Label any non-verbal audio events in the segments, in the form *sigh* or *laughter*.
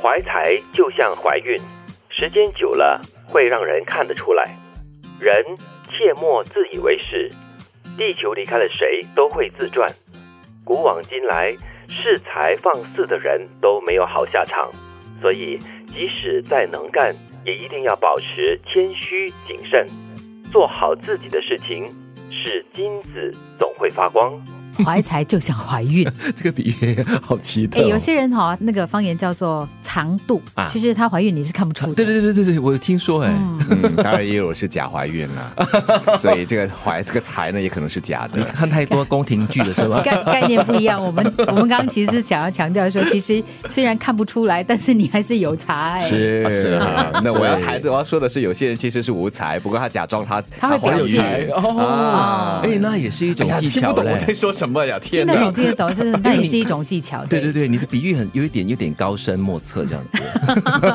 怀才就像怀孕，时间久了会让人看得出来。人切莫自以为是，地球离开了谁都会自转。古往今来，恃才放肆的人都没有好下场。所以，即使再能干，也一定要保持谦虚谨慎，做好自己的事情，是金子总会发光。怀才就像怀 *laughs* 孕。这个比喻好奇特、哎，哦。有些人哈、那个方言叫做长度，啊就是她怀孕你是看不出啊的。 *laughs* 对对对对对，我有听说哎、嗯，当然也有是假怀孕 *laughs* 啦，所以这个怀这个财呢也可能是假你的。看太多宫廷剧了是 *laughs* 吗？概概念不一样，我们 *laughs* 我们刚刚其实是想要强调说，其实虽然看不出来，但是你还是有才。啊是啊， *laughs* 那我要对谈我要说的是，有些人其实是无才，不过他假装他他会怀表有现才哦，哎、那也是一种哎呀技听巧不懂嘞我在说什么呀！天听哪得，懂，听得懂，就是那也是一种技 *laughs* 巧。对对对，你的比喻很有一点有点高深莫测这样子， *laughs*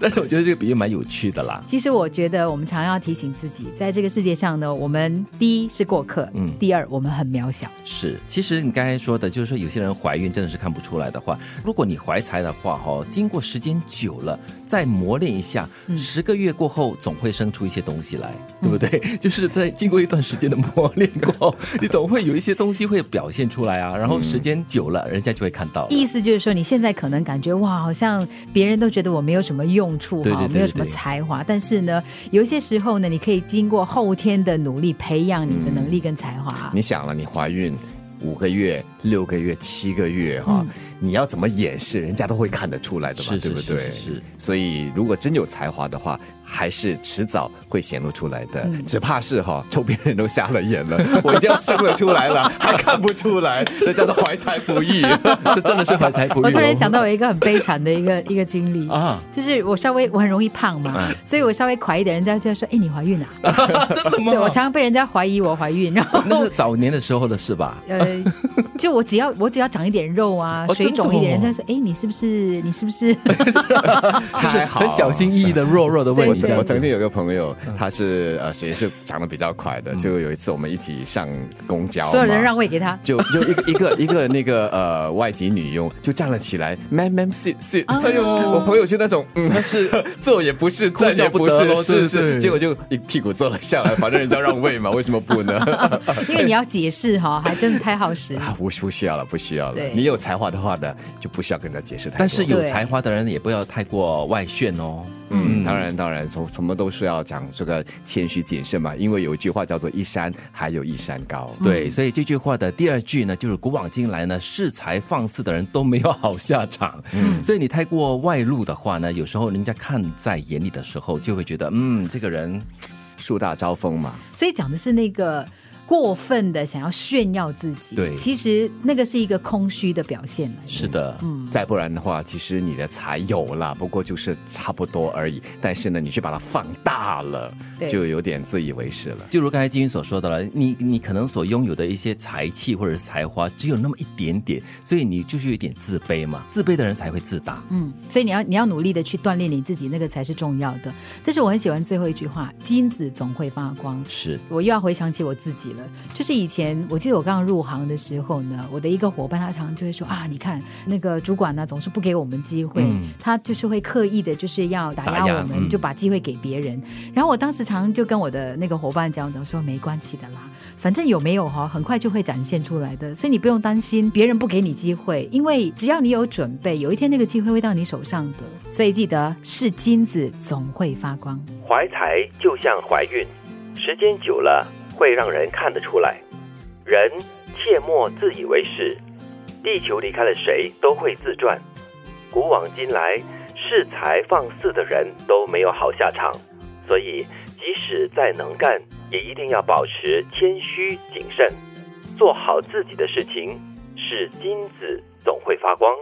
但是我觉得这个比喻蛮有趣的啦。其实我觉得，我们常要提醒自己，在这个世界上呢，我们第一是过客，嗯，第二我们很渺小。是，其实你刚才说的，就是说有些人怀孕真的是看不出来的话，如果你怀才的话，哈，经过时间久了，再磨练一下，十、个月过后总会生出一些东西来，对不对？ *laughs* 就是在经过一段时间的磨练过后，你总会有一些东西会表现出来啊。然后时间久了，人家就会看到了。意思就是说，你现在可能感觉哇，好像别人都觉得我没有什么用处对对哈，对没有什么对才华。但是呢，有一些时候呢，你可以经过后天的努力，培养你的能力跟才华。嗯你想了，你怀孕五个月、六个月、七个月哈、你要怎么掩饰，人家都会看得出来的嘛，嗯是是对不是对？是是所以，如果真有才华的话，还是迟早会显露出来的。嗯只怕是哈、周边人都瞎了眼了， *laughs* 我已经要生了出来了，还看不 *laughs* 出来，这叫做怀才不遇。 *laughs* 这真的是怀才不遇、*laughs* 哦。我突然想到我一个很悲惨的一个 *laughs* 一个经历啊，就是我稍微我很容易胖嘛，所以我稍微垮一点，人家就会说：“哎，你怀孕了、啊？”真的 *laughs* 对，我吗？常常被人家怀疑我怀孕，然后哦那是早年的时候的事吧？ *laughs* 呃，就我只要我只要长一点肉啊，哦水肿一点，人真的哦家说：“哎，你是不是你是不 *laughs* *laughs* 是 *laughs* 就是还好很小心翼翼的、弱弱的问我你曾这我样曾子。嗯经有个朋友，他是呃，也是长得比较快的，就有一次我们一起上公交嘛，所有人让位给他？”就就一个一个一个那个呃外籍女佣就站了起来，man man sit sit，啊哦哎呦，我朋友就那种嗯， *laughs* 是坐也不是，站也笑不不得是，咯对是对是，结果就一屁股坐了下来，反正人家让位嘛，为什么不 *laughs* 呢？ *laughs* 因为你要解释哈，还真的太耗时力。啊，不不需要了，不需要了对。你有才华的话呢，就不需要跟人家解释太多。但是有对才华的人也不要太过外炫哦。嗯，当然当然，从什么都是要讲这个谦虚谨慎嘛，因为有一句话叫做一山还有一山高。对，所以这句话的第二句呢，就是古往今来呢，恃才放肆的人都没有好下场。 *laughs* 所以你太过外露的话呢，有时候人家看在眼里的时候，就会觉得，嗯，这个人树大招风嘛，所以讲的是那个过分的想要炫耀自己，对其实那个是一个空虚的表现来的。是的，再不然的话，其实你的才有啦，不过就是差不多而已。但是呢，你却把它放大了对，就有点自以为是了。就如刚才金云所说的了，你你可能所拥有的一些才气或者是才华，只有那么一点点，所以你就是有一点自卑嘛。自卑的人才会自大。嗯，所以你要你要努力的去锻炼你自己，那个才是重要的。但是我很喜欢最后一句话：“金子总会发光。”是，我又要回想起我自己了，就是以前我记得我刚刚入行的时候呢，我的一个伙伴他常常就会说啊，你看那个主管呢、总是不给我们机会，他就是会刻意的就是要打压打压我们，就把机会给别人。然后我当时常常就跟我的那个伙伴讲，我说没关系的啦，反正有没有哈，很快就会展现出来的，所以你不用担心别人不给你机会，因为只要你有准备，有一天那个机会会到你手上的。所以记得是金子总会发光。怀才就像怀孕，时间久了会让人看得出来。人切莫自以为是，地球离开了谁都会自转。古往今来，恃才放肆的人都没有好下场。所以，即使再能干，也一定要保持谦虚谨慎，做好自己的事情，是金子总会发光。